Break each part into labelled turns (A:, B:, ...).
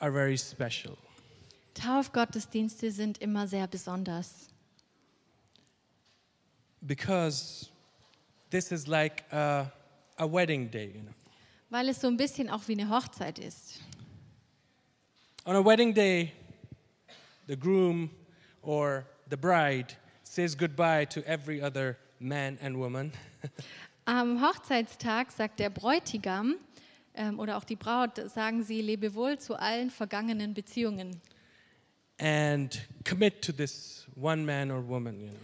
A: are very special.
B: Taufgottesdienste sind immer sehr besonders,
A: because this is like a, a wedding day, you know.
B: weil es so ein bisschen auch wie eine Hochzeit ist.
A: On a wedding day, the groom or the bride says goodbye to every other man and woman
B: Am Hochzeitstag sagt der Bräutigam ähm, oder auch die Braut, sagen sie Lebewohl zu allen vergangenen Beziehungen
A: and commit to this one man or woman, you know.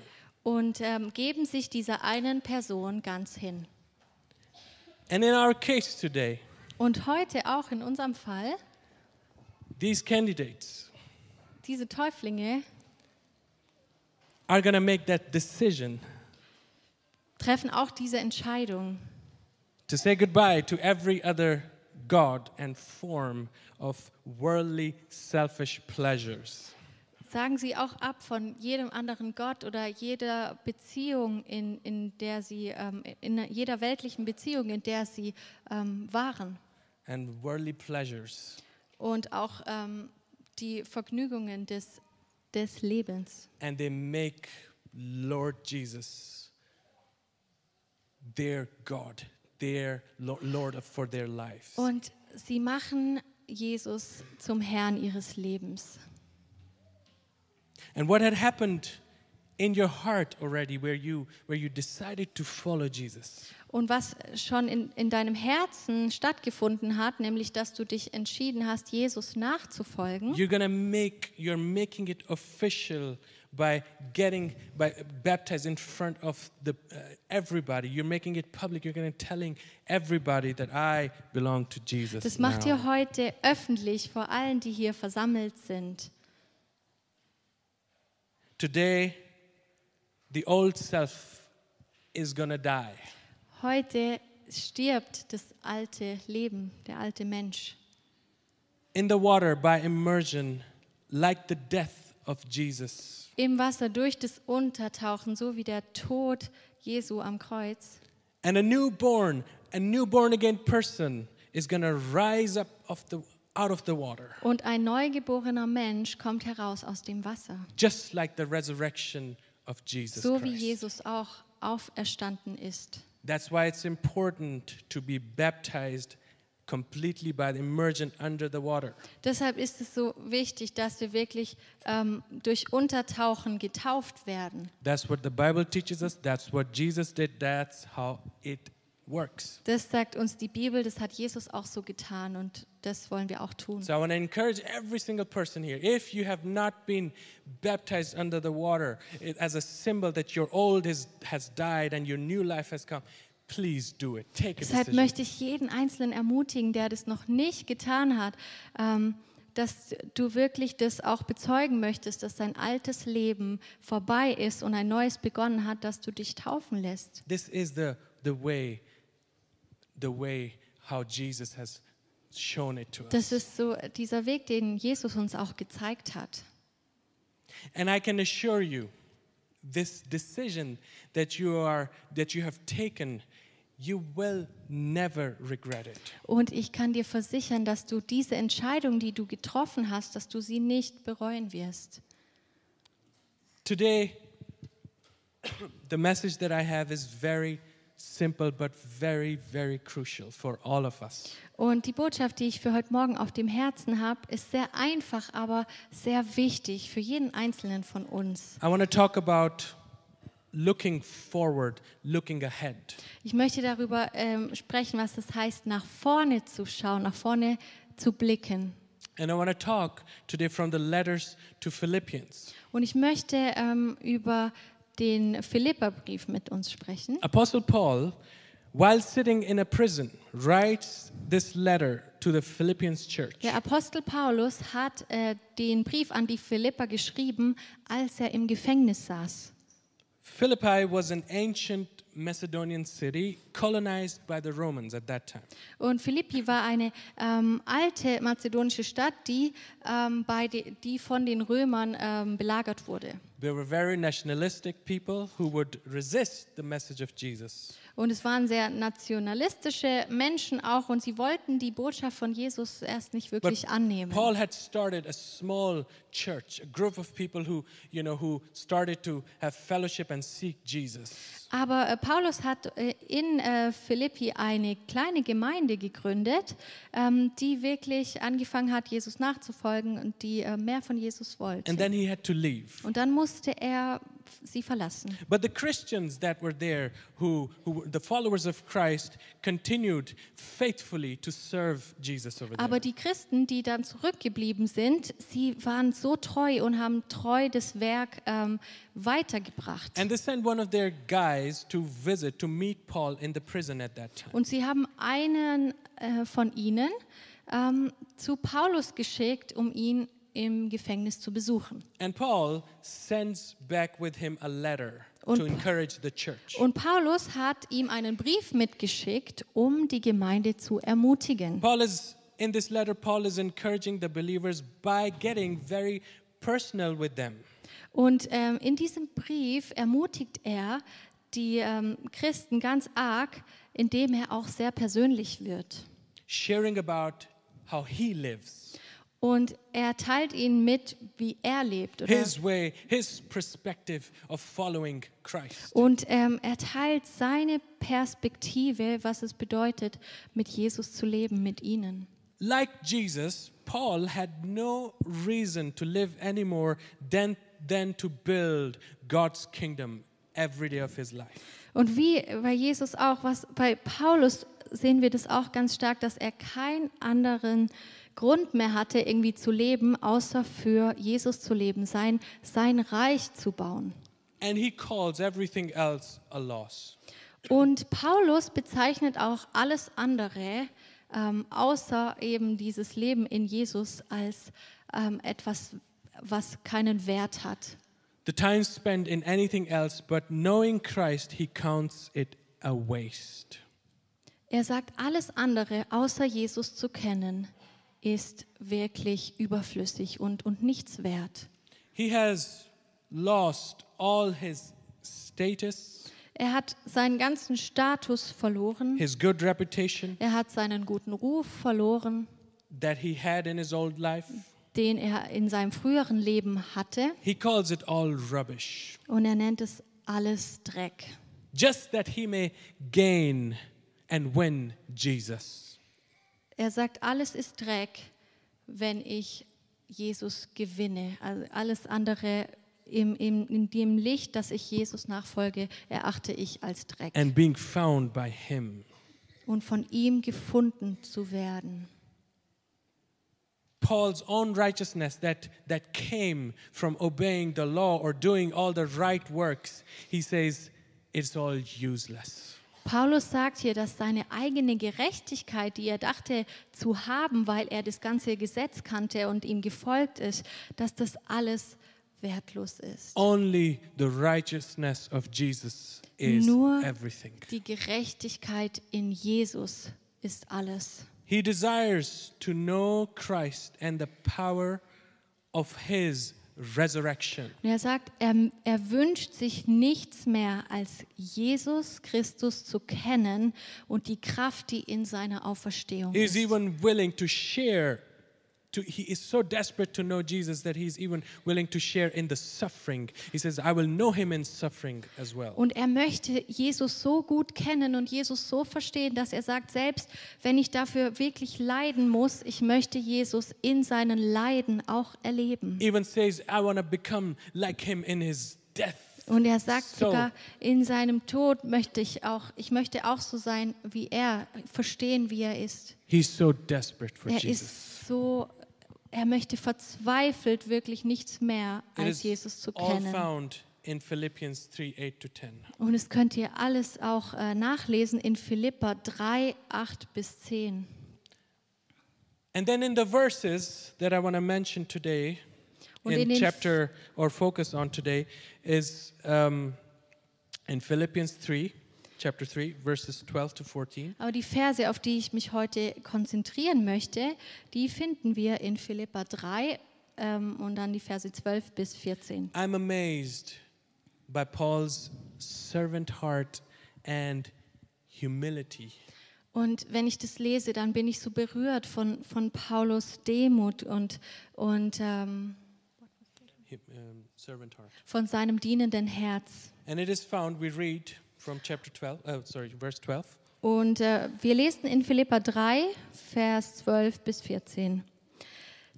B: und ähm, geben sich dieser einen Person ganz hin.
A: And in our case today,
B: Und heute auch in unserem Fall,
A: these candidates
B: diese Täuflinge
A: are going to make that decision
B: treffen auch diese Entscheidung,
A: to say goodbye to every other god and form of worldly selfish pleasures
B: Sagen Sie auch ab von jedem anderen Gott oder jeder Beziehung, in, in der Sie, ähm, in jeder weltlichen Beziehung, in der Sie ähm, waren
A: and worldly pleasures
B: und auch ähm, die Vergnügungen des, des Lebens.
A: and they make lord jesus their god their lo- lord of- for their lives
B: Und Sie machen Jesus zum Herrn Ihres Lebens.
A: and what had happened in your heart already where you where you decided to follow jesus
B: Und was schon in, in deinem Herzen stattgefunden hat, nämlich dass du dich entschieden hast, Jesus nachzufolgen,
A: You're gonna make you're making it official by getting by baptized in front of the uh, everybody. You're making it public. You're gonna telling everybody that I belong to Jesus.
B: das macht
A: now.
B: ihr heute öffentlich vor allen, die hier versammelt sind.
A: Today, the old self is gonna die,
B: Heute stirbt das alte Leben, der alte Mensch.
A: in the water by immersion, like the death of Jesus.
B: Im Wasser durch das Untertauchen, so wie der Tod Jesu am Kreuz.
A: And a newborn, a newborn again person is gonna rise up of the out of the water.
B: Und ein neugeborener Mensch kommt heraus aus dem Wasser,
A: just like the resurrection of Jesus
B: so wie
A: Christ.
B: Jesus auch auferstanden ist.
A: That's why it's important to be baptized completely by the immersion under the water.
B: Deshalb ist es so wichtig, dass wir wirklich ähm, durch Untertauchen getauft werden.
A: That's what the Bible teaches us. That's what Jesus did. That's how it works.
B: Das sagt uns die Bibel, das hat Jesus auch so getan und das wollen wir auch tun.
A: So I want to encourage every single person here. If you have not been baptized under the water it, as a symbol that your old is, has died and your new life has come, please do it. Take a
B: Deshalb
A: decision.
B: möchte ich jeden Einzelnen ermutigen, der das noch nicht getan hat, ähm, dass du wirklich das auch bezeugen möchtest, dass dein altes Leben vorbei ist und ein neues begonnen hat, dass du dich taufen lässt.
A: This is the, the way, the way how Jesus has shown it to
B: Das
A: us.
B: ist so dieser Weg, den Jesus uns auch gezeigt hat.
A: And I can assure you, this decision that you are that you have taken, you will never regret it.
B: Und ich kann dir versichern, dass du diese Entscheidung, die du getroffen hast, dass du sie nicht bereuen wirst.
A: Today, the message that I have is very simple but very, very crucial for all of us.
B: Und die Botschaft, die ich für heute Morgen auf dem Herzen habe, ist sehr einfach, aber sehr wichtig für jeden Einzelnen von uns.
A: I want to talk about looking forward, looking ahead.
B: Ich möchte darüber ähm, sprechen, was es heißt, nach vorne zu schauen, nach vorne zu blicken.
A: And I want to talk today from the letters to Philippians.
B: Und ich möchte ähm, über den Philipperbrief mit uns sprechen.
A: Apostle Paul, while sitting in a prison, writes this letter to the Philippians church.
B: Der Apostel Paulus hat äh, den Brief an die Philipper geschrieben, als er im Gefängnis saß.
A: Philippi was an ancient Macedonian city colonized by the Romans at that time.
B: Und Philippi war eine ähm, alte mazedonische Stadt, die, ähm, bei de, die von den Römern ähm, belagert wurde.
A: They were very nationalistic people who would resist the message of Jesus.
B: Und es waren sehr nationalistische Menschen auch und sie wollten die Botschaft von Jesus erst nicht wirklich annehmen.
A: Paul had started a small church, a group of people who, you know, who started to have fellowship and seek Jesus.
B: Aber äh, Paulus hat äh, in äh, Philippi eine kleine Gemeinde gegründet, ähm, die wirklich angefangen hat, Jesus nachzufolgen und die äh, mehr von Jesus wollte.
A: And then he had to leave.
B: Und dann musste er sie verlassen.
A: But the Christians that were there, who, who were- the followers of Christ, continued faithfully to serve Jesus over there.
B: Aber die Christen, die dann zurückgeblieben sind, sie waren so treu und haben treu das Werk ähm, weitergebracht.
A: And they sent one of their guys to visit, to meet Paul in the prison at that time.
B: Und sie haben einen äh, von ihnen ähm, zu Paulus geschickt, um ihn im Gefängnis zu besuchen.
A: And Paul sends back with him a letter
B: Und-
A: to encourage the church.
B: Und Paulus hat ihm einen Brief mitgeschickt, um die Gemeinde zu ermutigen.
A: Paul is in this letter Paul is encouraging the believers by getting very personal with them.
B: Und ähm, in diesem Brief ermutigt er die ähm, Christen ganz arg, indem er auch sehr persönlich wird.
A: sharing about how he lives,
B: Und er teilt ihnen mit, wie er lebt. Oder?
A: his way, his perspective of following Christ.
B: Und ähm, er teilt seine Perspektive, was es bedeutet, mit Jesus zu leben, mit ihnen.
A: Like Jesus, Paul had no reason to live anymore than, than to build God's kingdom every day of his life.
B: Und wie bei Jesus auch, was bei Paulus sehen wir das auch ganz stark, dass er keinen anderen Grund mehr hatte, irgendwie zu leben, außer für Jesus zu leben, sein, sein Reich zu bauen.
A: And he calls everything else a loss.
B: Und Paulus bezeichnet auch alles andere, ähm, außer eben dieses Leben in Jesus, als ähm, etwas, was keinen Wert hat.
A: The time spent in anything else but knowing Christ, he counts it a waste.
B: Er sagt, alles andere, außer Jesus zu kennen, ist wirklich überflüssig und, und nichts wert.
A: He has lost all his status,
B: Er hat seinen ganzen Status verloren.
A: his good reputation,
B: Er hat seinen guten Ruf verloren,
A: that he had in his old life.
B: den er in seinem früheren Leben hatte.
A: He calls it all rubbish,
B: Und er nennt es alles Dreck.
A: just that he may gain and win Jesus.
B: Er sagt, alles ist Dreck, wenn ich Jesus gewinne. Also alles andere im, im, in dem Licht, dass ich Jesus nachfolge, erachte ich als Dreck.
A: And being found by him.
B: und von ihm gefunden zu werden.
A: Paul's own righteousness that, that came from obeying the law or doing all the right works, he says, it's all useless.
B: Paulus sagt hier, dass seine eigene Gerechtigkeit, die er dachte zu haben, weil er das ganze Gesetz kannte und ihm gefolgt ist, dass das alles wertlos ist.
A: Only the righteousness of Jesus is
B: Nur-
A: everything.
B: Die Gerechtigkeit in Jesus ist alles.
A: He desires to know Christ and the power of his resurrection.
B: Und er sagt, er, er wünscht sich nichts mehr, als Jesus Christus zu kennen und die Kraft, die in seiner Auferstehung
A: He is
B: ist.
A: even willing to share. To, he is so desperate to know Jesus that he's even willing to share in the suffering. He says, I will know him in suffering as well.
B: Und er möchte Jesus so gut kennen und Jesus so verstehen, dass er sagt, selbst wenn ich dafür wirklich leiden muss, ich möchte Jesus in seinen Leiden auch erleben.
A: Even says, I want to become like him in his death.
B: Und er sagt
A: So.
B: sogar, in seinem Tod möchte ich auch, ich möchte auch so sein wie er, verstehen, wie er ist.
A: He's so desperate for
B: Er
A: Jesus.
B: ist so, er möchte verzweifelt wirklich nichts mehr
A: It
B: als
A: is
B: Jesus zu
A: all
B: kennen.
A: found in Philippians 3 8 to 10.
B: Und es könnt ihr alles auch äh, nachlesen in Philippa 3, 8 bis 10.
A: And then in the verses that I want to mention today,
B: Und in
A: in
B: den-
A: chapter or focus on today, is um, in Philippians 3, chapter 3, verses 12 to 14.
B: Aber die Verse, auf die ich mich heute konzentrieren möchte, die finden wir in Philippa 3 ähm, und dann die Verse 12 bis 14.
A: I'm amazed by Paul's servant heart and humility.
B: Und wenn ich das lese, dann bin ich so berührt von, von Paulus Demut und, und ähm,
A: hu- um, servant heart.
B: von seinem dienenden Herz.
A: And it is found, we read from chapter 12, uh, sorry, verse 12.
B: Und äh, wir lesen in Philippa 3, Vers 12 bis 14.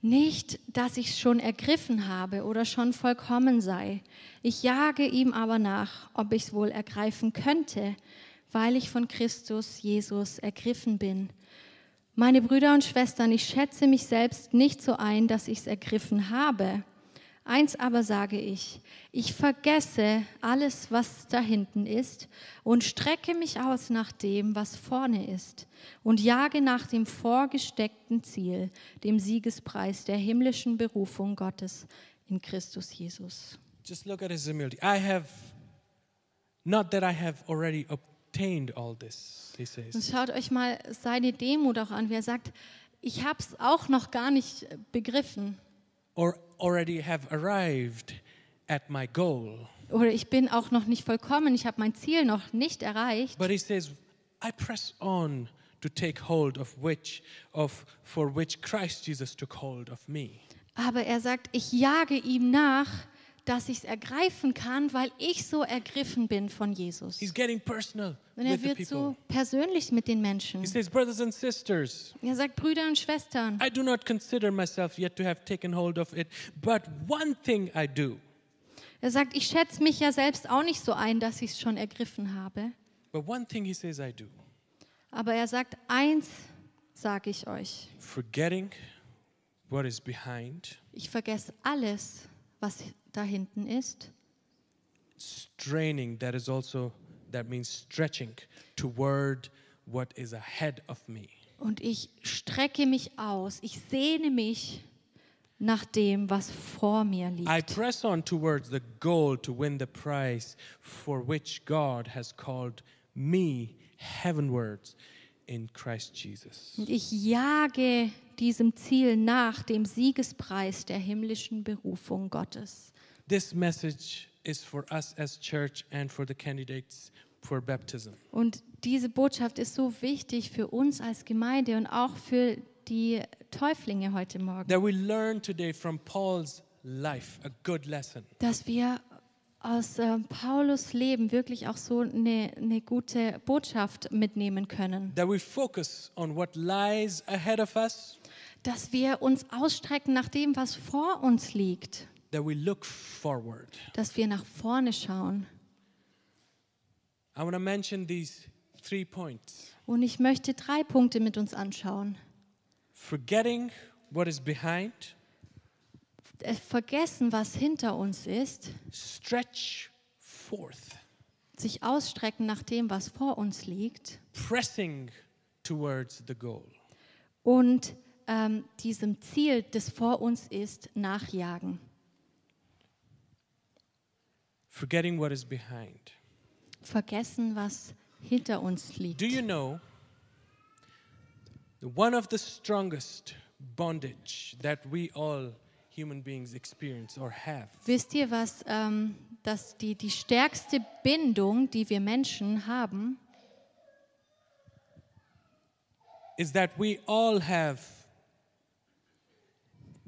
B: Nicht, dass ich schon ergriffen habe oder schon vollkommen sei. Ich jage ihm aber nach, ob ich es wohl ergreifen könnte, weil ich von Christus Jesus ergriffen bin. Meine Brüder und Schwestern, ich schätze mich selbst nicht so ein, dass ich es ergriffen habe. Eins aber sage ich, ich vergesse alles, was da hinten ist und strecke mich aus nach dem, was vorne ist und jage nach dem vorgesteckten Ziel, dem Siegespreis der himmlischen Berufung Gottes in Christus Jesus.
A: Just look at his humility. I have, not that I have already obtained all this, he
B: Und
A: says,
B: schaut euch mal seine Demut auch an, wie er sagt, ich habe es auch noch gar nicht begriffen
A: or already have arrived at my goal.
B: oder ich bin auch noch nicht vollkommen, ich habe mein Ziel noch nicht erreicht.
A: But he says, I press on to take hold of which, of for which Christ Jesus took hold of me.
B: Aber er sagt, ich jage ihm nach, dass ich es ergreifen kann, weil ich so ergriffen bin von Jesus.
A: He's getting personal
B: Und
A: with
B: er
A: the
B: wird so
A: people.
B: persönlich mit den Menschen.
A: He says, brothers and sisters,
B: Er sagt, Brüder und Schwestern,
A: I do not consider myself yet to have taken hold of it, but one thing I do.
B: er sagt, ich schätze mich ja selbst auch nicht so ein, dass ich es schon ergriffen habe.
A: But one thing he says I do,
B: Aber er sagt, eins sage ich euch,
A: forgetting what is behind,
B: ich vergesse alles, was da hinten ist
A: straining that is also that means stretching toward what is ahead of me.
B: und ich strecke mich aus, ich sehne mich nach dem, was vor mir liegt.
A: I press on towards the goal to win the prize for which God has called me heavenwards in Christ Jesus.
B: Und ich jage diesem Ziel nach, dem Siegespreis der himmlischen Berufung Gottes.
A: This message is for us as church and for the candidates for baptism.
B: Und diese Botschaft ist so wichtig für uns als Gemeinde und auch für die Täuflinge heute Morgen,
A: That we learn today from Paul's life a good lesson.
B: dass wir aus äh, Paulus Leben wirklich auch so eine, eine gute Botschaft mitnehmen können,
A: That we focus on what lies ahead of us,
B: dass wir uns ausstrecken nach dem, was vor uns liegt,
A: that we look forward.
B: dass wir nach vorne schauen.
A: I want to mention these three points
B: Und ich möchte drei Punkte mit uns anschauen.
A: forgetting what is behind.
B: äh, vergessen, was hinter uns ist,
A: stretch forth,
B: sich ausstrecken nach dem, was vor uns liegt
A: pressing towards the goal.
B: und ähm, diesem Ziel, das vor uns ist, nachjagen.
A: Forgetting what is behind.
B: Vergessen, was hinter uns
A: Do you
B: liegt.
A: know that one of the strongest bondage that we all human beings experience or have
B: Wisst ihr, was ähm, dass die, die stärkste Bindung, die wir Menschen haben,
A: is that we all have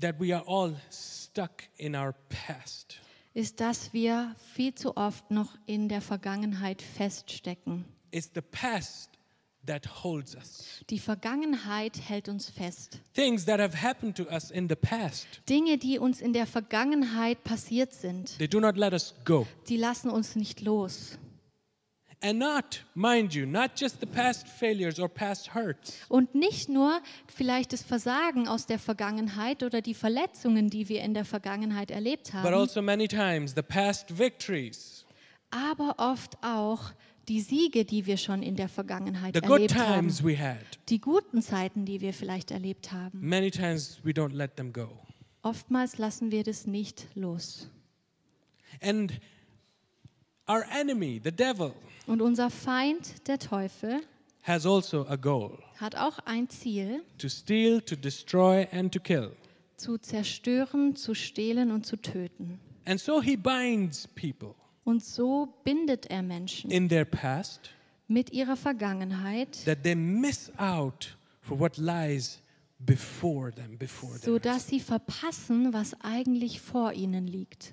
A: that we are all stuck in our past.
B: ist, dass wir viel zu oft noch in der Vergangenheit feststecken.
A: It's the past that holds us.
B: Die Vergangenheit hält uns fest.
A: Things that have happened to us in the past,
B: Dinge, die uns in der Vergangenheit passiert sind,
A: they do not let us go.
B: die lassen uns nicht los.
A: And not, mind you, not just the past failures or past hurts,
B: Und nicht nur vielleicht das Versagen aus der Vergangenheit oder die Verletzungen, die wir in der Vergangenheit erlebt
A: but
B: haben,
A: also many times the past victories,
B: aber oft auch die Siege, die wir schon in der Vergangenheit
A: the good
B: erlebt haben,
A: times we had.
B: die guten Zeiten, die wir vielleicht erlebt haben.
A: Many times we don't let them go.
B: Oftmals lassen wir das nicht los.
A: And our enemy, the devil,
B: Und unser Feind, der Teufel,
A: has also a goal
B: hat auch ein Ziel,
A: to steal, to destroy, and to kill.
B: zu zerstören, zu stehlen und zu töten.
A: And so he binds people
B: Und so bindet er Menschen
A: in their past,
B: mit ihrer Vergangenheit,
A: that they miss out for what lies before them, before them.
B: sodass sie verpassen, was eigentlich vor ihnen liegt.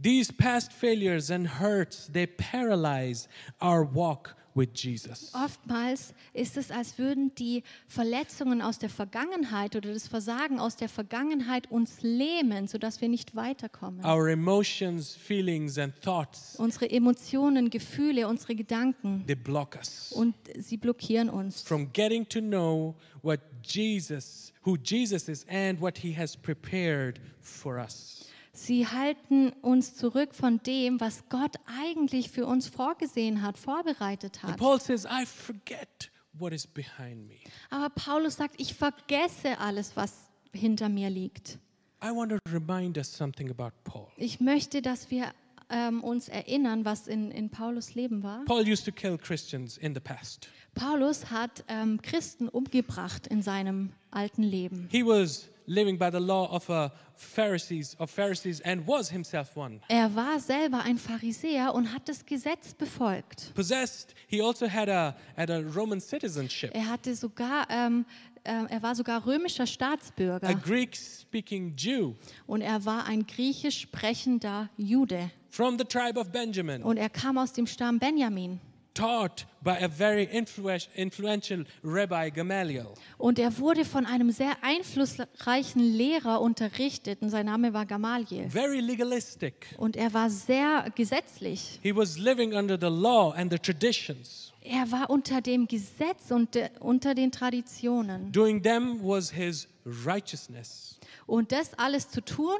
A: These past failures and hurts, they paralyze our walk with Jesus.
B: Oftmals ist es, als würden die Verletzungen aus der Vergangenheit oder das Versagen aus der Vergangenheit uns lähmen, sodass wir nicht weiterkommen.
A: Our emotions, feelings, and thoughts,
B: Unsere Emotionen, Gefühle, unsere Gedanken
A: they block us
B: und sie blockieren uns.
A: from getting to know what Jesus, who Jesus is, and what he has prepared for us.
B: Sie halten uns zurück von dem, was Gott eigentlich für uns vorgesehen hat, vorbereitet
A: And
B: hat.
A: Paul says, I forget what is behind me.
B: Aber Paulus sagt, ich vergesse alles, was hinter mir liegt.
A: I want to remind us something about Paul.
B: Ich möchte, dass wir ähm, uns erinnern, was in, in Paulus Leben war.
A: Paul used to kill Christians in the past.
B: Paulus hat ähm, Christen umgebracht in seinem alten Leben.
A: He was living by the law of a Pharisees of Pharisees and was himself one.
B: Er war selber ein Pharisäer und hat das Gesetz befolgt.
A: Possessed, he also had a had a Roman citizenship,
B: Er hatte sogar, ähm, äh, er war sogar römischer
A: a
B: Staatsbürger
A: Greek-speaking Jew
B: und er war ein griechisch sprechender Jude
A: from the tribe of Benjamin,
B: und er kam aus dem Stamm Benjamin
A: taught by a very influen- influential Rabbi Gamaliel.
B: und er wurde von einem sehr einflussreichen Lehrer unterrichtet und sein Name war Gamaliel
A: Very legalistic,
B: und er war sehr gesetzlich.
A: he was living under the law and the traditions.
B: Er war unter dem Gesetz und de, unter den Traditionen
A: Doing them was his righteousness.
B: und das alles zu tun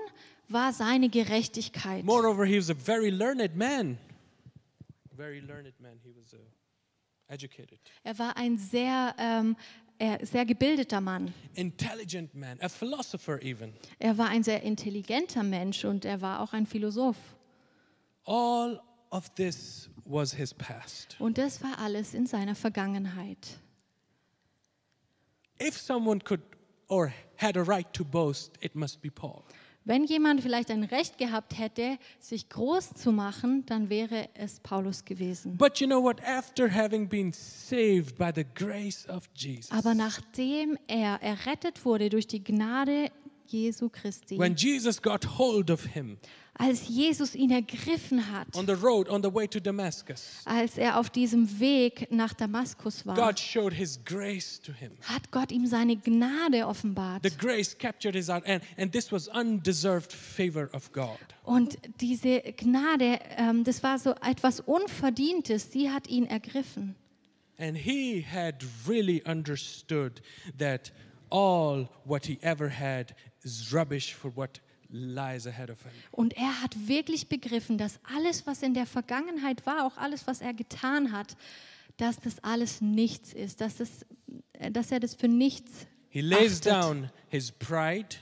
B: war seine Gerechtigkeit.
A: Moreover, he was a very learned man. Very learned man. He was uh, educated,
B: Er war ein sehr ähm, er, sehr gebildeter Mann.
A: intelligent man, a philosopher even.
B: Er war ein sehr intelligenter Mensch und er war auch ein Philosoph.
A: All of this was his past.
B: Und das war alles in seiner Vergangenheit.
A: If someone could or had a right to boast, it must be Paul.
B: Wenn jemand vielleicht ein Recht gehabt hätte, sich groß zu machen, dann wäre es Paulus gewesen.
A: But you know what? After having been saved by the grace of Jesus,
B: Aber nachdem er errettet wurde durch die Gnade Jesu
A: when
B: Christi,
A: Jesus got hold of him
B: als Jesus ihn ergriffen hat,
A: on the road on the way to Damascus,
B: als er auf diesem Weg nach Damaskus war,
A: God showed his grace to him.
B: hat Gott ihm seine Gnade offenbart.
A: The grace captured his heart, and, and this was undeserved favor of God.
B: Und diese Gnade, ähm, das war so etwas Unverdientes, sie hat ihn ergriffen.
A: And he had really understood that all what he ever had is rubbish for what lies ahead of him.
B: Und er hat wirklich begriffen, dass alles, was in der Vergangenheit war, auch alles, was er getan hat, dass das alles nichts ist, dass, das, äh, dass er das für nichts
A: He lays
B: achtet.
A: down his pride,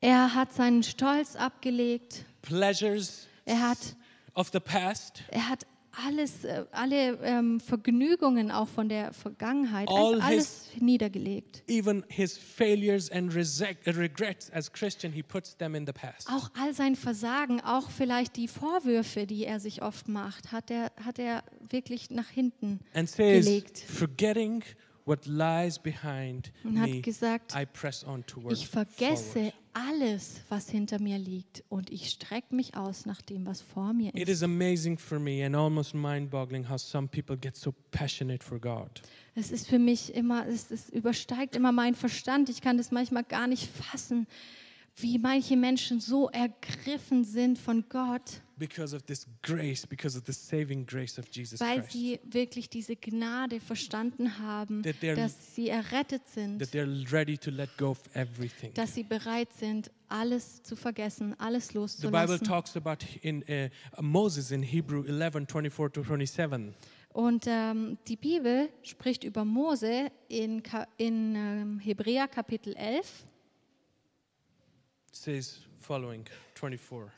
B: Er hat seinen Stolz abgelegt,
A: pleasures
B: er hat,
A: of the past,
B: er hat alles, äh, alle ähm, Vergnügungen auch von der Vergangenheit,
A: All
B: also alles niedergelegt.
A: even his failures and resec- regrets as Christian, he puts them in the past.
B: Auch all sein Versagen, auch vielleicht die Vorwürfe, die er sich oft macht, hat er, hat er wirklich nach hinten
A: And says,
B: gelegt.
A: forgetting what lies behind
B: Und hat
A: me,
B: gesagt,
A: I press on toward
B: Ich vergesse
A: forward."
B: alles, was hinter mir liegt und ich strecke mich aus nach dem, was vor mir
A: It
B: ist.
A: is amazing for me and almost mind boggling how some people get so passionate for God.
B: Es ist für mich immer, es, es übersteigt immer meinen Verstand. Ich kann das manchmal gar nicht fassen, wie manche Menschen so ergriffen sind von Gott,
A: Because of this grace, because of the saving grace of Jesus
B: weil
A: Christ,
B: sie wirklich diese Gnade verstanden haben,
A: That they're-
B: dass sie errettet sind.
A: that they're ready to let go of everything.
B: dass sie bereit sind, alles zu vergessen, alles
A: The Bible
B: loszulassen.
A: talks about in uh, Moses in Hebrew 11 24 to 27.
B: Und ähm, die Bibel spricht über Mose in, Ka in ähm, Hebräer Kapitel 11,
A: It says following 24.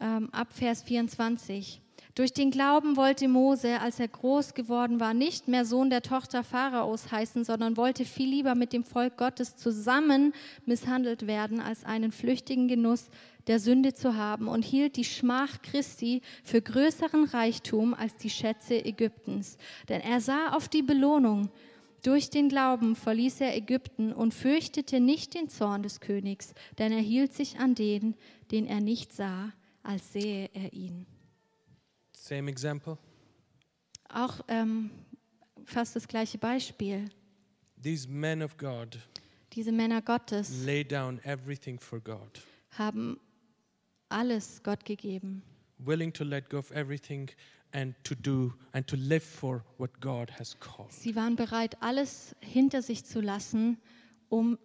B: ähm, ab Vers 24. Durch den Glauben wollte Mose, als er groß geworden war, nicht mehr Sohn der Tochter Pharaos heißen, sondern wollte viel lieber mit dem Volk Gottes zusammen misshandelt werden, als einen flüchtigen Genuss der Sünde zu haben und hielt die Schmach Christi für größeren Reichtum als die Schätze Ägyptens. Denn er sah auf die Belohnung. Durch den Glauben verließ er Ägypten und fürchtete nicht den Zorn des Königs, denn er hielt sich an den, den er nicht sah, als sähe er ihn.
A: Same example.
B: Auch ähm, fast das gleiche Beispiel.
A: These men of God
B: Diese Männer Gottes
A: lay down everything for God,
B: haben alles Gott gegeben,
A: willing to let go of everything and to do and to live for what God has called.
B: Sie waren bereit, alles hinter sich zu lassen, um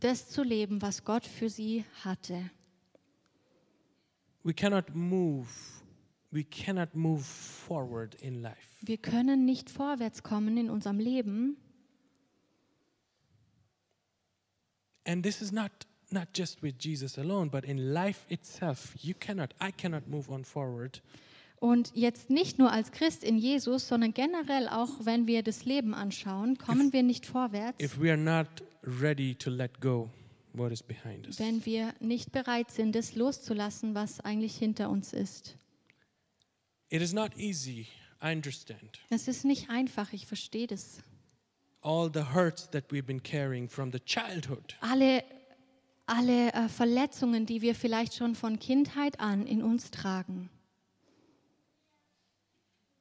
B: das zu leben, was Gott für sie hatte.
A: We cannot move, we cannot move forward in life
B: Wir können nicht vorwärts kommen in unserem Leben.
A: And this is not not just with Jesus alone, but in life itself. You cannot, I cannot move on forward
B: Und jetzt nicht nur als Christ in Jesus, sondern generell auch, wenn wir das Leben anschauen, kommen wir nicht vorwärts,
A: if we are not ready to let go what is behind us.
B: wenn wir nicht bereit sind, das loszulassen, was eigentlich hinter uns ist.
A: It is not easy, I understand.
B: Es ist nicht einfach, ich verstehe das.
A: All the hurts that we've been carrying from the childhood,
B: Alle, alle äh, Verletzungen, die wir vielleicht schon von Kindheit an in uns tragen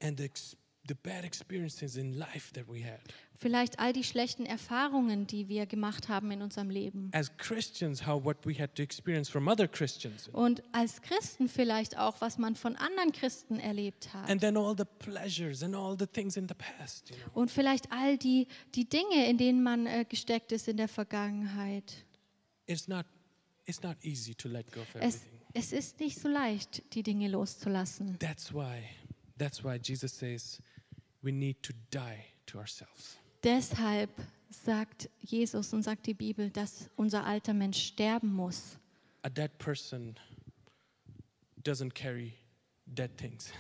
A: and the, ex- the bad experiences in life that we had.
B: Vielleicht all die schlechten Erfahrungen, die wir gemacht haben in unserem Leben.
A: As Christians, how what we had to experience from other Christians.
B: Und als Christen vielleicht auch, was man von anderen Christen erlebt hat.
A: And then all the pleasures and all the things in the past. You know?
B: Und vielleicht all die, die Dinge, in denen man äh, gesteckt ist in der Vergangenheit.
A: It's not it's not easy to let go of
B: Es,
A: everything.
B: es ist nicht so leicht, die Dinge loszulassen.
A: That's why that's why Jesus says we need to die to ourselves.
B: Deshalb sagt Jesus und sagt die Bibel, dass unser alter Mensch sterben muss.
A: A dead Uh, person doesn't carry dead things.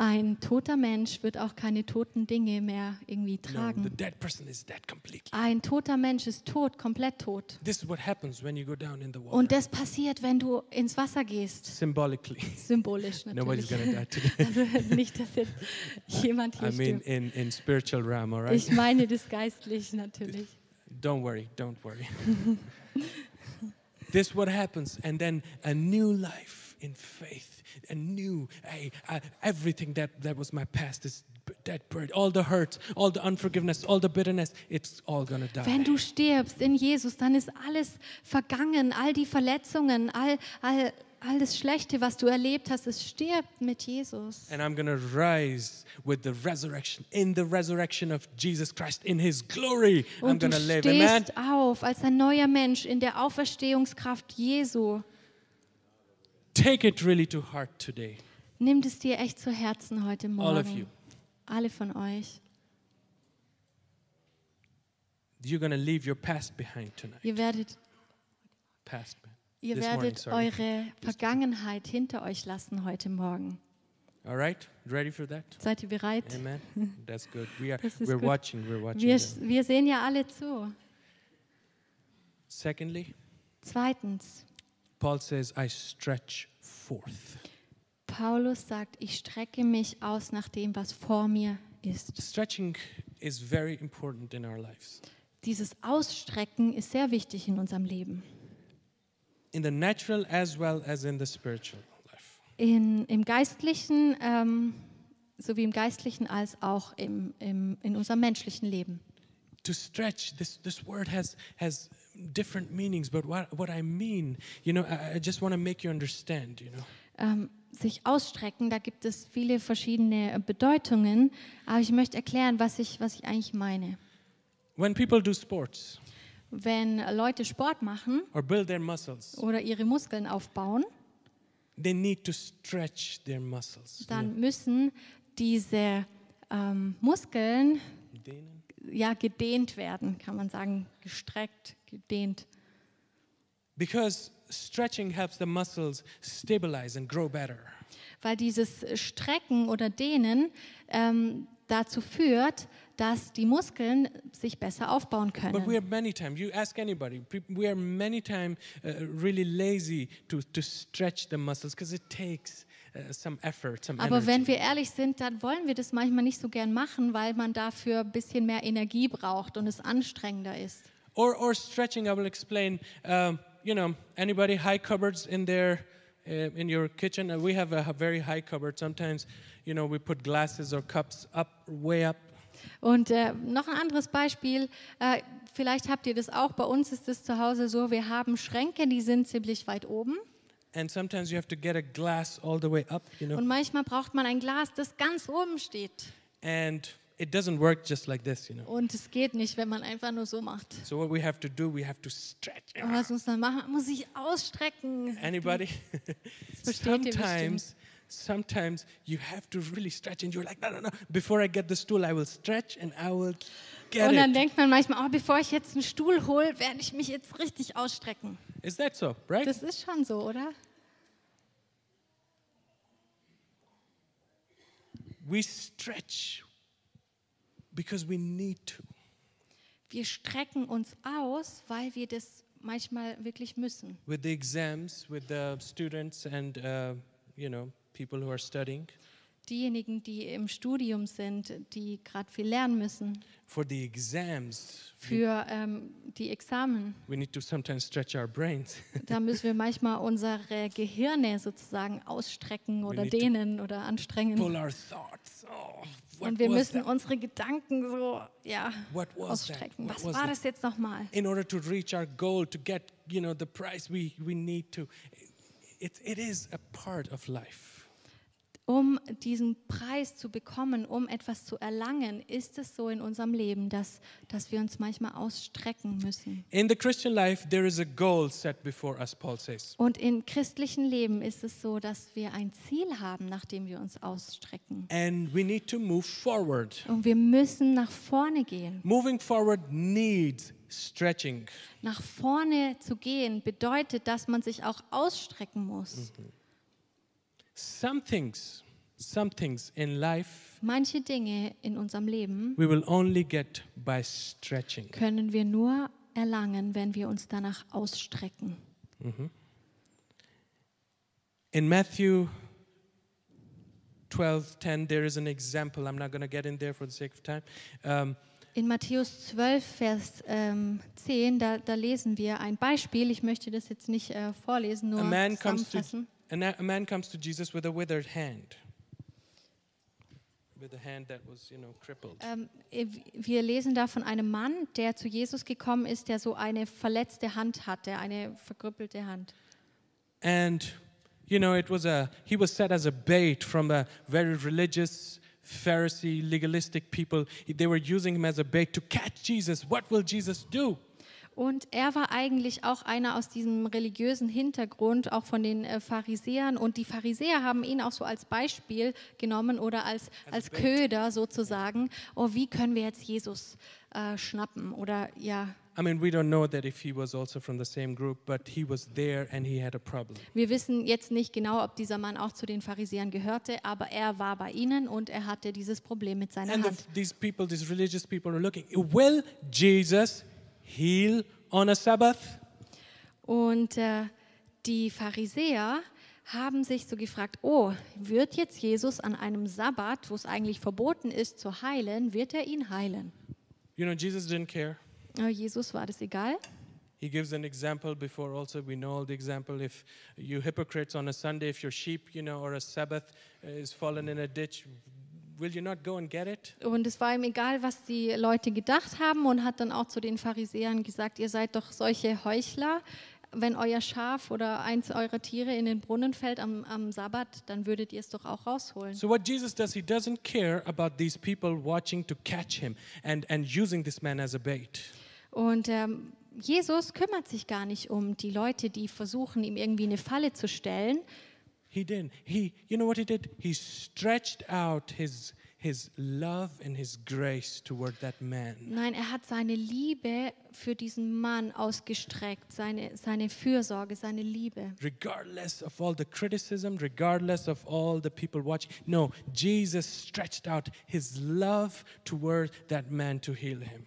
B: Ein toter Mensch wird auch keine toten Dinge mehr irgendwie
A: no, the
B: tragen.
A: dead person is dead completely.
B: Ein toter Mensch ist tot, komplett tot.
A: This is what happens when you go down in the water.
B: Und das passiert, wenn du ins Wasser gehst.
A: Symbolically.
B: Symbolisch
A: Nobody's
B: natürlich.
A: gonna die today.
B: Also nicht, dass jetzt jemand hier
A: I mean
B: stirbt.
A: in, in spiritual realm, all right?
B: Ich meine das geistlich natürlich.
A: Don't worry, don't worry. this what happens, and then a new life in faith, a new, hey, I, everything that, that was my past is b- that bird, all the hurt, all the unforgiveness, all the bitterness, it's all gonna die.
B: Wenn du stirbst in Jesus, dann ist alles vergangen, all die Verletzungen, all, all, all das Schlechte, was du erlebt hast, es stirbt mit Jesus.
A: and I'm gonna rise with the resurrection, in the resurrection of Jesus Christ, in His glory. I'm
B: Und du
A: gonna live, amen.
B: stehst auf als ein neuer Mensch in der Auferstehungskraft Jesu.
A: Take it really to heart today,
B: Nimm es dir echt zu Herzen heute Morgen.
A: all of you.
B: Alle von euch.
A: You're gonna leave your past behind tonight.
B: Ihr werdet
A: Past. behind.
B: Ihr
A: This morning,
B: werdet
A: sorry.
B: eure Vergangenheit hinter euch lassen heute Morgen.
A: All right, ready for that?
B: Seid ihr bereit?
A: Amen. That's good. We are
B: Das ist
A: we're
B: gut.
A: watching. We're watching.
B: Wir,
A: them.
B: wir sehen ja alle zu.
A: Secondly,
B: Zweitens,
A: Paul says, "I stretch forth."
B: Paulus sagt, ich strecke mich aus nach dem, was vor mir ist.
A: Stretching is very important in our lives.
B: Dieses Ausstrecken ist sehr wichtig in unserem Leben.
A: In the natural as well as in the spiritual life.
B: In, Im Geistlichen, ähm, sowie im Geistlichen als auch im, im, in unserem menschlichen Leben.
A: To stretch, this, this word has has different meanings, but what, what I mean, you know, I, I just want to make you understand, you know.
B: ähm, sich ausstrecken. Da gibt es viele verschiedene äh, Bedeutungen, aber ich möchte erklären, was ich, was ich eigentlich meine.
A: When people do sports
B: Wenn Leute Sport machen
A: or build their muscles,
B: oder ihre Muskeln aufbauen,
A: they need to stretch their muscles.
B: dann müssen diese ähm, Muskeln
A: Dehnen.
B: ja gedehnt werden, kann man sagen, gestreckt, gedehnt.
A: Because stretching helps the muscles stabilize and grow better.
B: weil dieses Strecken oder Dehnen ähm, dazu führt, dass die Muskeln sich besser aufbauen
A: But we
B: können.
A: are many times, you ask anybody, peop- we are many times uh, really lazy to, to stretch the muscles because it takes uh, some effort, some
B: Aber
A: energy.
B: wenn wir ehrlich sind, dann wollen wir das manchmal nicht so gern machen, weil man dafür ein bisschen mehr Energie braucht und es anstrengender ist.
A: Or, or stretching, I will explain. Um, you know, anybody high cupboards in there, uh, in your kitchen? Uh, we have a, h- very high cupboard. Sometimes, you know, we put glasses or cups up, way up.
B: Und äh, noch ein anderes Beispiel, äh, vielleicht habt ihr das auch, bei uns ist es zu Hause so, wir haben Schränke, die sind ziemlich weit oben
A: And sometimes you have to get a glass all the way up, you know,
B: und manchmal braucht man ein Glas, das ganz oben steht.
A: and it doesn't work just like this, you know.
B: Und es geht nicht, wenn man einfach nur so macht.
A: So what we have to do, we have to stretch.
B: Und was muss man machen? Man muss sich ausstrecken.
A: Anybody?
B: versteht ihr
A: sometimes, sometimes you have to really stretch, and you're like, no, no, no. Before I get the stool, I will stretch and I will get
B: Und dann
A: it.
B: denkt man manchmal, oh, bevor ich jetzt einen Stuhl hole, werde ich mich jetzt richtig ausstrecken.
A: Is that so? Right?
B: Das ist schon so, oder?
A: we stretch because we need to.
B: Wir strecken uns aus, weil wir das manchmal wirklich müssen.
A: With the exams, with the students, and uh, you know people who are studying
B: Diejenigen, die im Studium sind, die gerade viel lernen müssen
A: for the exams,
B: für ähm, die Examen,
A: we need to sometimes stretch our brains.
B: da müssen wir manchmal unsere Gehirne sozusagen ausstrecken oder
A: need to
B: dehnen oder anstrengen.
A: Pull our thoughts. Oh, what
B: Und wir
A: was
B: müssen
A: that?
B: unsere Gedanken so ja,
A: What was that?
B: ausstrecken.
A: What
B: Was
A: was
B: war
A: that?
B: das jetzt nochmal?
A: in order to reach our goal to get you know the prize we, we need to it, it is a part of life
B: Um diesen Preis zu bekommen, um etwas zu erlangen, ist es so in unserem Leben, dass, dass wir uns manchmal ausstrecken müssen.
A: in the christian life there is a goal set before us paul says
B: Und im christlichen Leben ist es so, dass wir ein Ziel haben, nach dem wir uns ausstrecken.
A: and we need to move forward
B: Und wir müssen nach vorne gehen.
A: moving forward needs stretching
B: Nach vorne zu gehen bedeutet, dass man sich auch ausstrecken muss.
A: Mhm. some things some things in life
B: Manche Dinge in unserem Leben
A: we will only get by stretching
B: können wir nur erlangen, wenn wir uns danach ausstrecken.
A: in matthew 12 10 there is an example i'm not going to get in there for the sake of time um,
B: In Matthäus 12, Vers ähm, 10, da, da lesen wir ein Beispiel. Ich möchte das jetzt nicht äh, vorlesen, nur
A: a man comes to
B: zusammenfassen.
A: a, na- a man comes to Jesus with a withered hand. With a hand that was, you know, crippled.
B: Ähm, äh, wir lesen da von einem Mann, der zu Jesus gekommen ist, der so eine verletzte Hand hatte, eine verkrüppelte Hand.
A: and you know, it was a he was set as a bait from a very religious Pharisee legalistic people. They were using him as a bait to catch Jesus. What will Jesus do?
B: Und er war eigentlich auch einer aus diesem religiösen Hintergrund, auch von den äh, Pharisäern. Und die Pharisäer haben ihn auch so als Beispiel genommen oder als, als
A: Bait.
B: Köder sozusagen. Oh, wie können wir jetzt Jesus äh, schnappen oder ja
A: I mean, we don't know that if he was also from the same group, but he was there and he had a problem.
B: Wir wissen jetzt nicht genau, ob dieser Mann auch zu den Pharisäern gehörte, aber er war bei ihnen und er hatte dieses Problem mit seiner
A: And the,
B: Hand.
A: these people, these religious people, are looking. Will Jesus heal on a Sabbath?
B: Und äh, die Pharisäer haben sich so gefragt, oh, wird jetzt Jesus an einem Sabbat, wo es eigentlich verboten ist zu heilen, wird er ihn heilen?
A: You know, Jesus didn't care.
B: Aber Jesus war das egal.
A: He gives an example before also we know all the example if you hypocrites on a Sunday if your sheep, you know, or a Sabbath uh, is fallen in a ditch, will you not go and get it?
B: Und es war ihm egal, was die Leute gedacht haben und hat dann auch zu den Pharisäern gesagt, ihr seid doch solche Heuchler. Wenn euer Schaf oder eins eurer Tiere in den Brunnen fällt am, am Sabbat, dann würdet ihr es doch auch rausholen.
A: So what Jesus does, he doesn't care about these people watching to catch him and and using this man as a bait.
B: Und ähm, Jesus kümmert sich gar nicht um die Leute, die versuchen, ihm irgendwie eine Falle zu stellen.
A: He didn't. He you know what he did? He stretched out his his love and his grace toward that man.
B: Nein, er hat seine Liebe für diesen Mann ausgestreckt, seine, seine Fürsorge, seine Liebe.
A: Regardless of all the criticism, regardless of all the people watching, no, Jesus stretched out his love toward that man to heal him.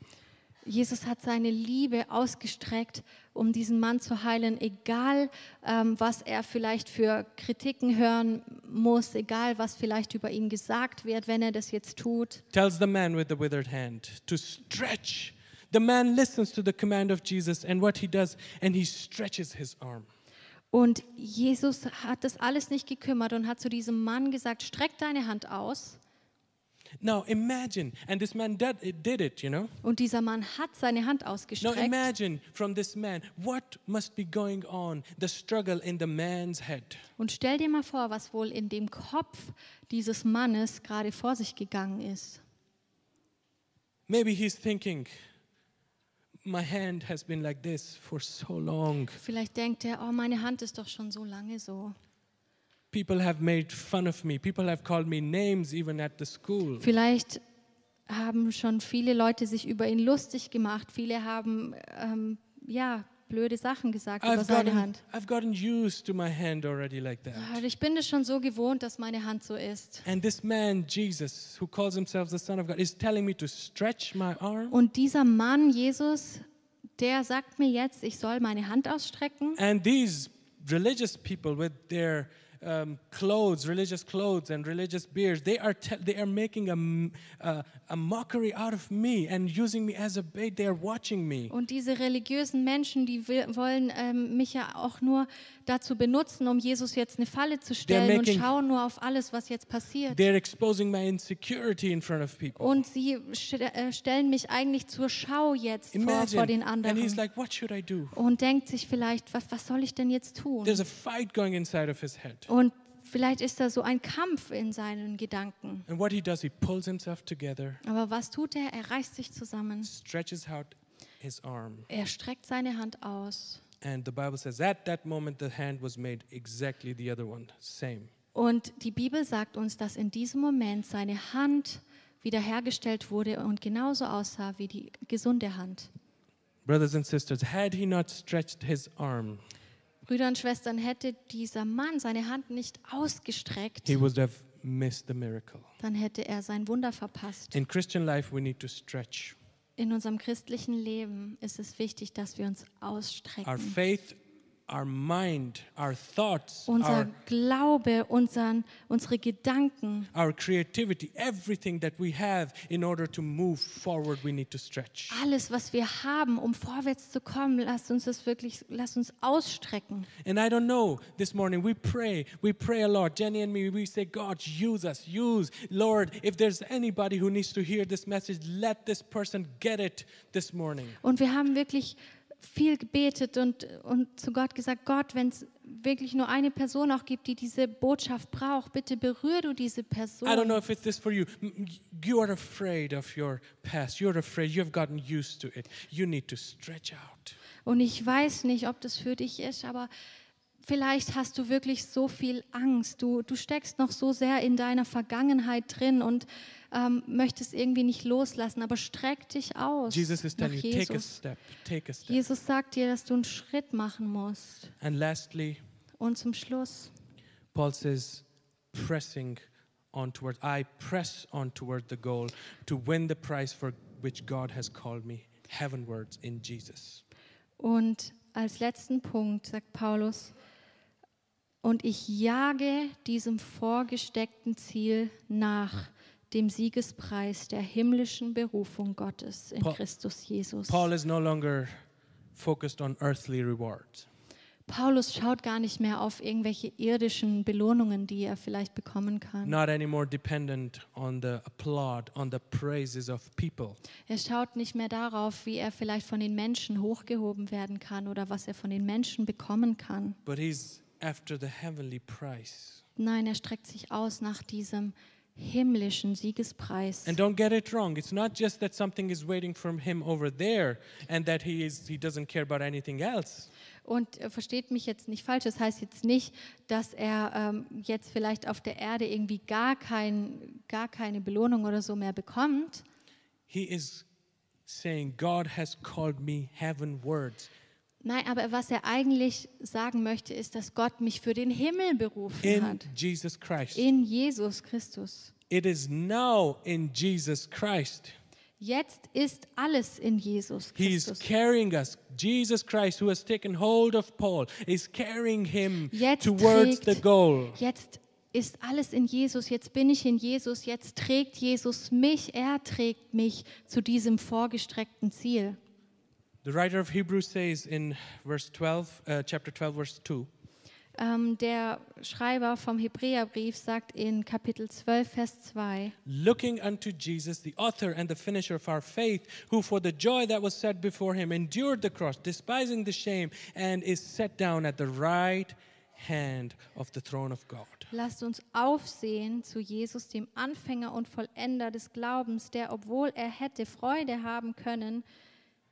B: Jesus hat seine Liebe ausgestreckt, um diesen Mann zu heilen, egal ähm, was er vielleicht für Kritiken hören muss, egal was vielleicht über ihn gesagt wird, wenn er das jetzt tut.
A: Tells the man with the withered hand to stretch. The man listens to the command of Jesus and what he does, and he stretches his arm.
B: Und Jesus hat das alles nicht gekümmert und hat zu diesem Mann gesagt, streck deine Hand aus.
A: Now imagine, and this man did, did it, you know.
B: Und dieser Mann hat seine Hand
A: Now
B: ausgestreckt.
A: imagine from this man what must be going on, the struggle in the man's head.
B: Und stell dir mal vor, was wohl in dem Kopf dieses Mannes gerade vor sich gegangen ist.
A: Maybe he's thinking, my hand has been like this for so long.
B: Vielleicht denkt er, oh, meine Hand ist doch schon so lange so.
A: People have made fun of me. People have called me names even at the school.
B: Vielleicht haben schon viele Leute sich über ihn lustig gemacht. Viele haben ähm, ja blöde Sachen gesagt über
A: I've
B: seine
A: gotten,
B: Hand.
A: I've gotten used to my hand already like that.
B: Ah, Ich bin es schon so gewohnt, dass meine Hand so ist.
A: And this man, Jesus, who calls himself the Son of God, is telling me to stretch my arm.
B: Und dieser Mann Jesus, der sagt mir jetzt, ich soll meine Hand ausstrecken.
A: And these religious people with their um, clothes, religious clothes and religious beards, they are, te- they are making a, m- a, a mockery out of me and using me as a bait. They are watching me.
B: Und diese religiösen Menschen, die will, wollen ähm, mich ja auch nur dazu benutzen, um Jesus jetzt eine Falle zu stellen und
A: making-
B: schauen nur auf alles, was jetzt passiert.
A: They're exposing my insecurity in front of people.
B: Und sie sch- äh, stellen mich eigentlich zur Schau jetzt vor, vor den
A: Imagine. And he's
B: anderen.
A: like, what should I do?
B: Und denkt sich vielleicht, was, was soll ich denn jetzt tun?
A: There's a fight going inside of his head.
B: Und vielleicht ist da so ein Kampf in seinen Gedanken.
A: And what he does, he pulls himself together,
B: Aber was tut er? Er reißt sich zusammen.
A: stretches out his arm.
B: Er streckt seine Hand aus.
A: And the Bible says, at that moment, the hand was made exactly the other one, same.
B: Und die Bibel sagt uns, dass in diesem Moment seine Hand wiederhergestellt wurde und genauso aussah wie die gesunde Hand.
A: Brothers and sisters, had he not stretched his arm,
B: Brüder und Schwestern, hätte dieser Mann seine Hand nicht ausgestreckt,
A: he would have missed the miracle.
B: dann hätte er sein Wunder verpasst.
A: In Christian life, we need to stretch.
B: In unserem christlichen Leben ist es wichtig, dass wir uns ausstrecken.
A: Our faith, our mind, our thoughts,
B: Unser
A: our,
B: Glaube, unseren, unsere Gedanken,
A: our creativity, everything that we have in order to move forward, we need to stretch.
B: alles, was wir haben, um vorwärts zu kommen, lasst uns das wirklich, lasst uns ausstrecken.
A: And I don't know, this morning we pray, we pray a lot. Jenny and me, we say, God, use us, use. Lord, if there's anybody who needs to hear this message, let this person get it this morning.
B: Und wir haben wirklich viel gebetet und, und zu Gott gesagt, Gott, wenn es wirklich nur eine Person auch gibt, die diese Botschaft braucht, bitte berühr du diese
A: I don't know
B: Person.
A: if it's this for you. M- You are afraid of your past. You're afraid. You have gotten used to it. You need to stretch out.
B: Und ich weiß nicht, ob das für dich ist, aber vielleicht hast du wirklich so viel Angst. Du, du steckst noch so sehr in deiner Vergangenheit drin und ähm, möchtest irgendwie nicht loslassen, aber streck dich aus.
A: Jesus is
B: nach
A: telling you, take a
B: Jesus.
A: step, take a step.
B: Jesus sagt dir, dass du einen Schritt machen musst.
A: And lastly,
B: Und zum Schluss.
A: Paul says, pressing on toward, I press on toward the goal to win the prize for which God has called me heavenwards in Jesus.
B: Und als letzten Punkt sagt Paulus, und ich jage diesem vorgesteckten Ziel nach, dem Siegespreis der himmlischen Berufung Gottes in
A: Paul-
B: Christus Jesus.
A: Paul is no longer focused on earthly rewards.
B: Paulus schaut gar nicht mehr auf irgendwelche irdischen Belohnungen, die er vielleicht bekommen kann.
A: Not anymore dependent on the applaud, on the praises of people.
B: Er schaut nicht mehr darauf, wie er vielleicht von den Menschen hochgehoben werden kann oder was er von den Menschen bekommen kann.
A: but he's after the heavenly price.
B: Nein, er streckt sich aus nach diesem himmlischen Siegespreis.
A: And don't get it wrong. It's not just that something is waiting for him over there and that he is he doesn't care about anything else.
B: Und äh, versteht mich jetzt nicht falsch, das heißt jetzt nicht, dass er ähm, jetzt vielleicht auf der Erde irgendwie gar, kein, gar keine Belohnung oder so mehr bekommt,
A: He is saying, God has called me heavenwards.
B: Nein, aber was er eigentlich sagen möchte, ist, dass Gott mich für den Himmel berufen
A: in
B: hat.
A: Jesus Christ.
B: In Jesus Christus.
A: It is now in Jesus Christ.
B: Jetzt ist alles in Jesus
A: He is
B: Christus.
A: carrying us. Jesus Christ, who has taken hold of Paul, is carrying him
B: Jetzt
A: towards
B: trägt-
A: the goal.
B: Jetzt ist alles in Jesus. Jetzt bin ich in Jesus. Jetzt trägt Jesus mich. Er trägt mich zu diesem vorgestreckten Ziel.
A: The writer of Hebrews says in verse 12, uh, chapter 12, verse 2,
B: Ähm, der Schreiber vom Hebräerbrief sagt in Kapitel 12, Vers 2,
A: looking unto Jesus, the author and the finisher of our faith, who for the joy that was set before him endured the cross, despising the shame, and is set down at the right hand of the throne of God.
B: Lasst uns aufsehen zu Jesus, dem Anfänger und Vollender des Glaubens, der, obwohl er hätte Freude haben können,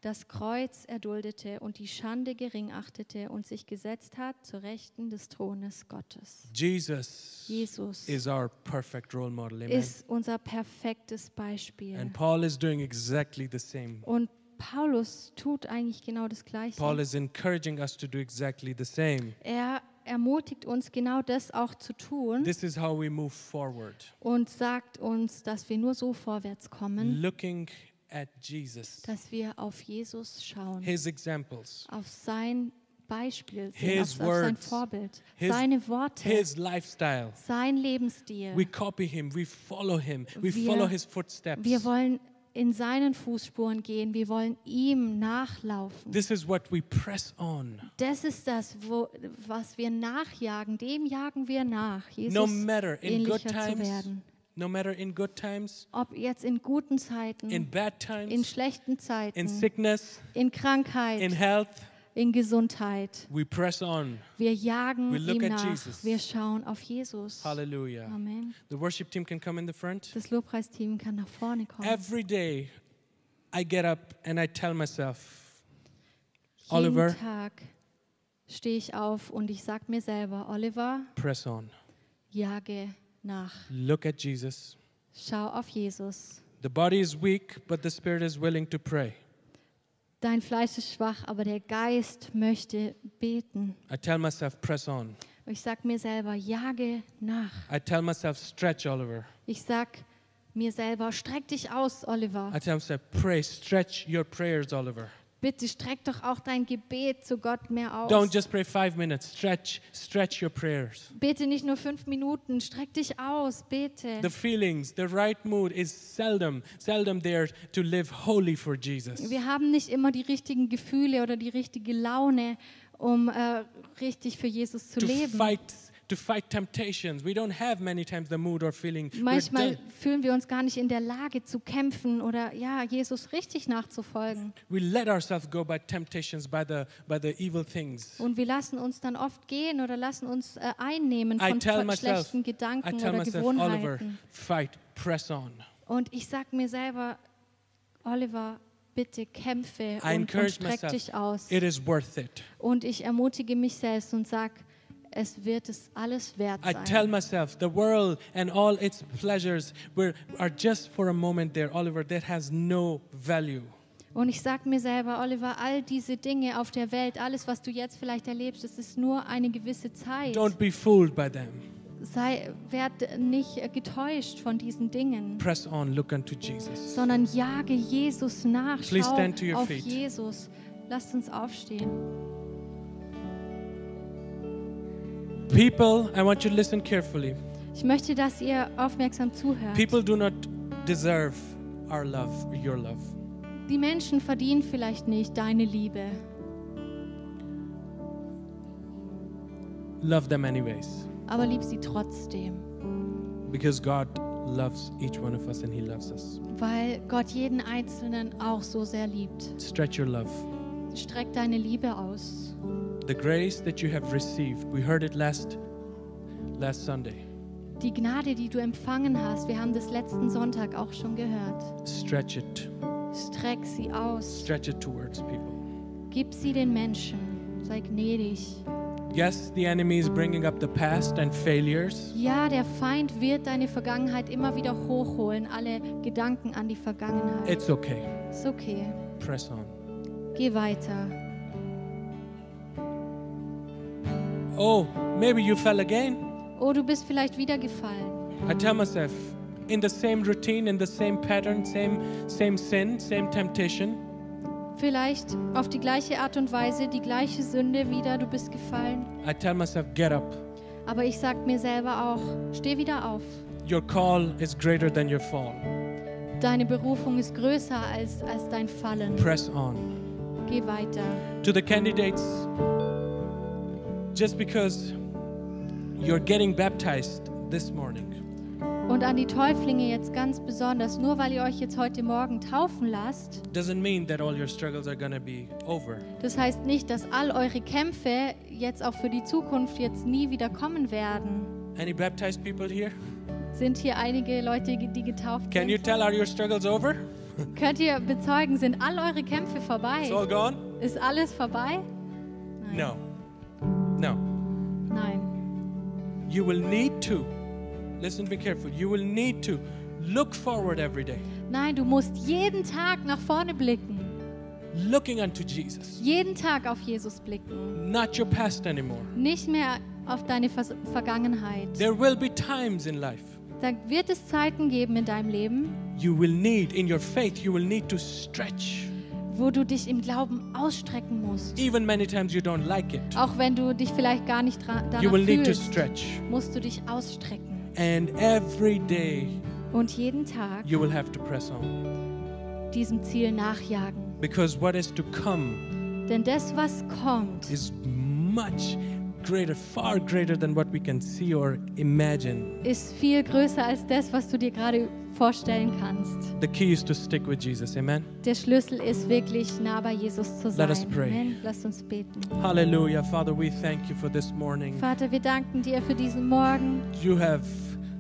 B: das Kreuz erduldete und die Schande gering achtete und sich gesetzt hat zur Rechten des Thrones Gottes.
A: Jesus,
B: Jesus.
A: is our perfect role model. Amen.
B: Ist unser perfektes Beispiel.
A: And Paul is doing exactly the same.
B: Und Paulus tut eigentlich genau das Gleiche.
A: Paul is encouraging us to do exactly the same.
B: Er ermutigt uns genau das auch zu tun
A: This is how we move forward.
B: und sagt uns, dass wir nur so vorwärts kommen,
A: Looking at Jesus,
B: dass wir auf Jesus schauen.
A: his examples,
B: auf sein Beispiel, sehen,
A: His
B: auf, auf sein
A: words.
B: Vorbild,
A: His-
B: seine Worte,
A: his lifestyle.
B: sein Lebensstil.
A: We copy him, we follow him, we
B: Wir-
A: follow his footsteps.
B: Wir wollen in seinen Fußspuren gehen, wir wollen ihm nachlaufen.
A: This is what we press on.
B: Das ist das, wo, was wir nachjagen, dem jagen wir nach, Jesus
A: No matter in good
B: ähnlicher zu
A: times,
B: werden.
A: no matter in good times,
B: Ob jetzt in guten
A: in
B: Zeiten, Mm. in, Mm.
A: bad times,
B: schlechten
A: in
B: Zeiten,
A: sickness,
B: in Krankheit,
A: in
B: in,
A: health,
B: Gesundheit.
A: we press on.
B: Wir jagen
A: We look
B: ihm
A: at
B: nach,
A: Jesus.
B: wir schauen auf Jesus.
A: Hallelujah.
B: Amen.
A: The worship team can come in the front.
B: Das Lobpreisteam kann nach vorne kommen.
A: Every day I get up and I tell myself,
B: Jeden
A: Oliver.
B: Tag stehe ich auf und ich sage mir selber, Oliver,
A: press on.
B: jage nach.
A: Look at Jesus.
B: Schau auf Jesus.
A: The body is weak, but the spirit is willing to pray.
B: Dein Fleisch ist schwach, aber der Geist möchte beten.
A: I tell myself, press on.
B: Und ich sage mir selber, jage nach.
A: I tell myself, stretch, Oliver.
B: Ich sage mir selber, streck dich aus, Oliver.
A: I tell myself, pray, stretch your prayers, Oliver.
B: Bitte streck doch auch dein Gebet zu Gott mehr aus.
A: Don't just pray five minutes. Stretch, stretch your prayers.
B: Bete nicht nur fünf Minuten, streck dich aus, bete.
A: The feelings, the right mood is seldom, seldom there to live holy for Jesus.
B: Wir haben nicht immer die richtigen Gefühle oder die richtige Laune, um äh, richtig für Jesus zu
A: To
B: leben.
A: fight, to fight temptations. We don't have many times the mood or feeling. We're
B: Manchmal
A: done.
B: fühlen wir uns gar nicht in der Lage zu kämpfen oder ja, Jesus richtig nachzufolgen.
A: We let ourselves go by temptations, by the by the evil things.
B: Und wir lassen uns dann oft gehen oder lassen uns äh, einnehmen
A: I
B: von
A: tell
B: ver-
A: myself,
B: schlechten
A: I
B: Gedanken
A: tell
B: oder
A: myself, Oliver,
B: Gewohnheiten.
A: fight, press on.
B: Und ich sag mir selber, Oliver, bitte kämpfe
A: I
B: und, und
A: encourage
B: streck
A: myself.
B: dich aus.
A: It is worth it.
B: Und ich ermutige mich selbst und sag, es wird es alles wert
A: I tell
B: sein.
A: myself the world and all its pleasures were, are just for a moment there, Oliver. That has no value.
B: Und ich sag mir selber, Oliver, all diese Dinge auf der Welt, alles, was du jetzt vielleicht erlebst, das ist nur eine gewisse Zeit.
A: Don't be fooled by them.
B: Sei, werd nicht äh, getäuscht von diesen Dingen,
A: Press on, look unto Jesus.
B: sondern jage Jesus nach.
A: Please
B: Schau
A: stand to your
B: auf
A: feet.
B: Jesus. Lasst uns aufstehen.
A: People, I want you to listen carefully.
B: Ich möchte, dass ihr aufmerksam zuhört.
A: People do not deserve our love, your love.
B: Die Menschen verdienen vielleicht nicht deine Liebe.
A: Love them anyways,
B: Aber lieb sie trotzdem,
A: because God loves each one of us and He loves us.
B: weil Gott jeden Einzelnen auch so sehr liebt.
A: Stretch your love.
B: Streck deine Liebe aus.
A: The grace that you have received, we heard it last last Sunday.
B: die Gnade, die du empfangen hast, wir haben das letzten Sonntag auch schon gehört.
A: Stretch it.
B: Streck sie aus,
A: Stretch it towards people.
B: gib sie den Menschen, sei gnädig.
A: Yes, the enemy is bringing up the past and failures,
B: Ja, der Feind wird deine Vergangenheit immer wieder hochholen, alle Gedanken an die Vergangenheit.
A: It's okay.
B: Ist okay,
A: Press on.
B: geh weiter.
A: Oh, maybe you fell again.
B: Oh, du bist vielleicht wieder gefallen.
A: I tell myself, in the same routine, in the same pattern, same same sin, same temptation.
B: Vielleicht auf die gleiche Art und Weise, die gleiche Sünde wieder, du bist gefallen.
A: I tell myself, get up.
B: Aber ich sag mir selber auch, steh wieder auf.
A: Your call is greater than your fall.
B: Deine Berufung ist größer als, als dein Fallen.
A: Press on.
B: Geh weiter.
A: to the candidates just because you're getting baptized this morning
B: Und an die Täuflinge jetzt ganz besonders, nur weil ihr euch jetzt heute Morgen taufen lasst,
A: doesn't mean that all your struggles are going to be over.
B: das heißt nicht, dass all eure Kämpfe jetzt auch für die Zukunft jetzt nie wieder kommen werden.
A: Any baptized people here?
B: Sind hier einige Leute, die getauft
A: Can you
B: sind?
A: tell are your struggles over?
B: Könnt ihr bezeugen, sind all eure Kämpfe
A: It's all
B: vorbei?
A: gone?
B: Ist alles vorbei?
A: No. No.
B: Nein.
A: You will need to listen be careful. You will need to look forward every day,
B: Nein, du musst jeden Tag nach vorne blicken.
A: looking unto Jesus.
B: Jeden Tag auf Jesus blicken.
A: Not your past anymore.
B: Nicht mehr auf deine Vers Vergangenheit.
A: There will be times in life
B: Da wird es Zeiten geben in deinem Leben,
A: you will need in your faith you will need to stretch
B: wo du dich im Glauben ausstrecken musst.
A: even many times you don't like it
B: Auch wenn du dich vielleicht gar nicht dra-
A: you
B: danach
A: will need to
B: fühlst,
A: stretch
B: musst du dich ausstrecken.
A: and every day
B: Und jeden Tag
A: you will have to press on
B: diesem Ziel nachjagen.
A: because what is to come
B: Denn das, was kommt,
A: is much greater far greater than what we can see or imagine
B: ist viel größer als das, was du dir gerade vorstellen kannst.
A: the key is to stick with jesus amen
B: Der Schlüssel ist wirklich, nah bei Jesus zu sein.
A: us pray.
B: Amen. Lasst uns beten.
A: hallelujah father we thank you for this morning
B: Vater, wir danken dir für diesen Morgen.
A: you have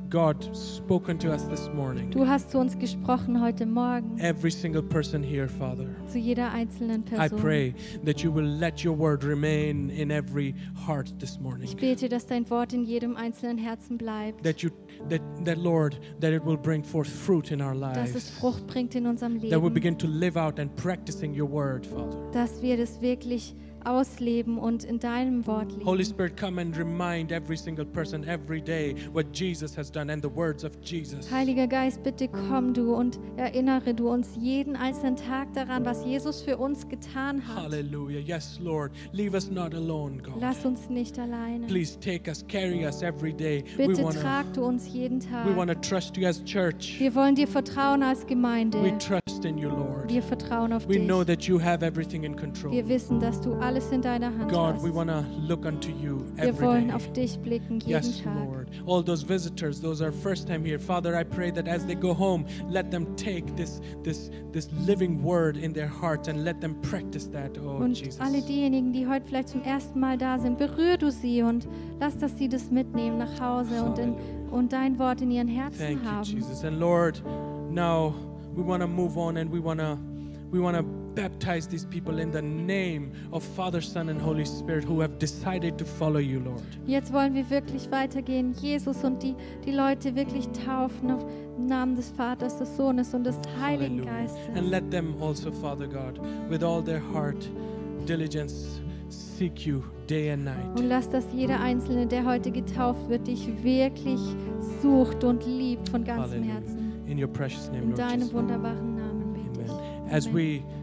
A: god spoken to us this morning
B: Du hast zu uns gesprochen heute Morgen,
A: every single person here father
B: zu jeder einzelnen
A: I
B: Person.
A: pray that you will let your word remain in every heart this
B: Ich
A: morning.
B: bete, dass dein Wort in jedem einzelnen Herzen bleibt,
A: That you that that Lord that it will bring forth fruit in our
B: dass es
A: lives.
B: Frucht bringt in unserem
A: That we
B: Leben,
A: begin to live out and practicing your word, Father.
B: dass wir das wirklich ausleben und in deinem Wort
A: Holy
B: leben.
A: Spirit, come and remind every single person every day what Jesus has done and the words of Jesus.
B: Heiliger Geist, bitte komm du und erinnere du uns jeden einzelnen Tag daran, was Jesus für uns getan hat.
A: Hallelujah. Yes, Lord. Leave us not alone, God.
B: Lass uns nicht alleine.
A: Please take us, carry us every day. We
B: Bitte
A: want to
B: trag du uns jeden
A: we
B: Tag.
A: want to trust you as church.
B: Wir wollen dir vertrauen als
A: We
B: Gemeinde.
A: trust in you, Lord.
B: Wir vertrauen auf
A: We
B: dich.
A: know that you have everything in control.
B: Wir wissen, dass du alles in deiner Hand
A: God,
B: hast.
A: we want to look unto you
B: Wir
A: every
B: wollen
A: day.
B: auf dich blicken jeden
A: Yes,
B: Tag.
A: Lord. All those visitors, those are first time here. Father, I pray that as they go home, let them take this this this living word in their hearts and let them practice that, oh
B: Und
A: Jesus.
B: alle diejenigen, die heute vielleicht zum ersten Mal da sind, berühr du sie und lass, dass sie das mitnehmen nach Hause und, in, und dein Wort in ihren Herzen
A: Thank you,
B: haben.
A: Jesus. And Lord, now we want to move on and we want to we want to baptize these people in the name of Father, Son and Holy Spirit who have decided to follow you, Lord.
B: Jetzt wollen wir wirklich weitergehen, Jesus und die, die Leute wirklich taufen auf im Namen des Vaters, des Sohnes und des Heiligen
A: Hallelujah. And
B: Geistes.
A: let them also, Father God, with all their heart, diligence, seek you day and
B: Und
A: night.
B: lass, dass jeder Einzelne, der heute getauft wird, dich wirklich sucht und liebt von ganzem
A: Hallelujah.
B: Herzen.
A: In your precious name,
B: In
A: Lord
B: deinem
A: Jesus.
B: wunderbaren Namen bete ich.
A: Amen. As
B: Amen.
A: we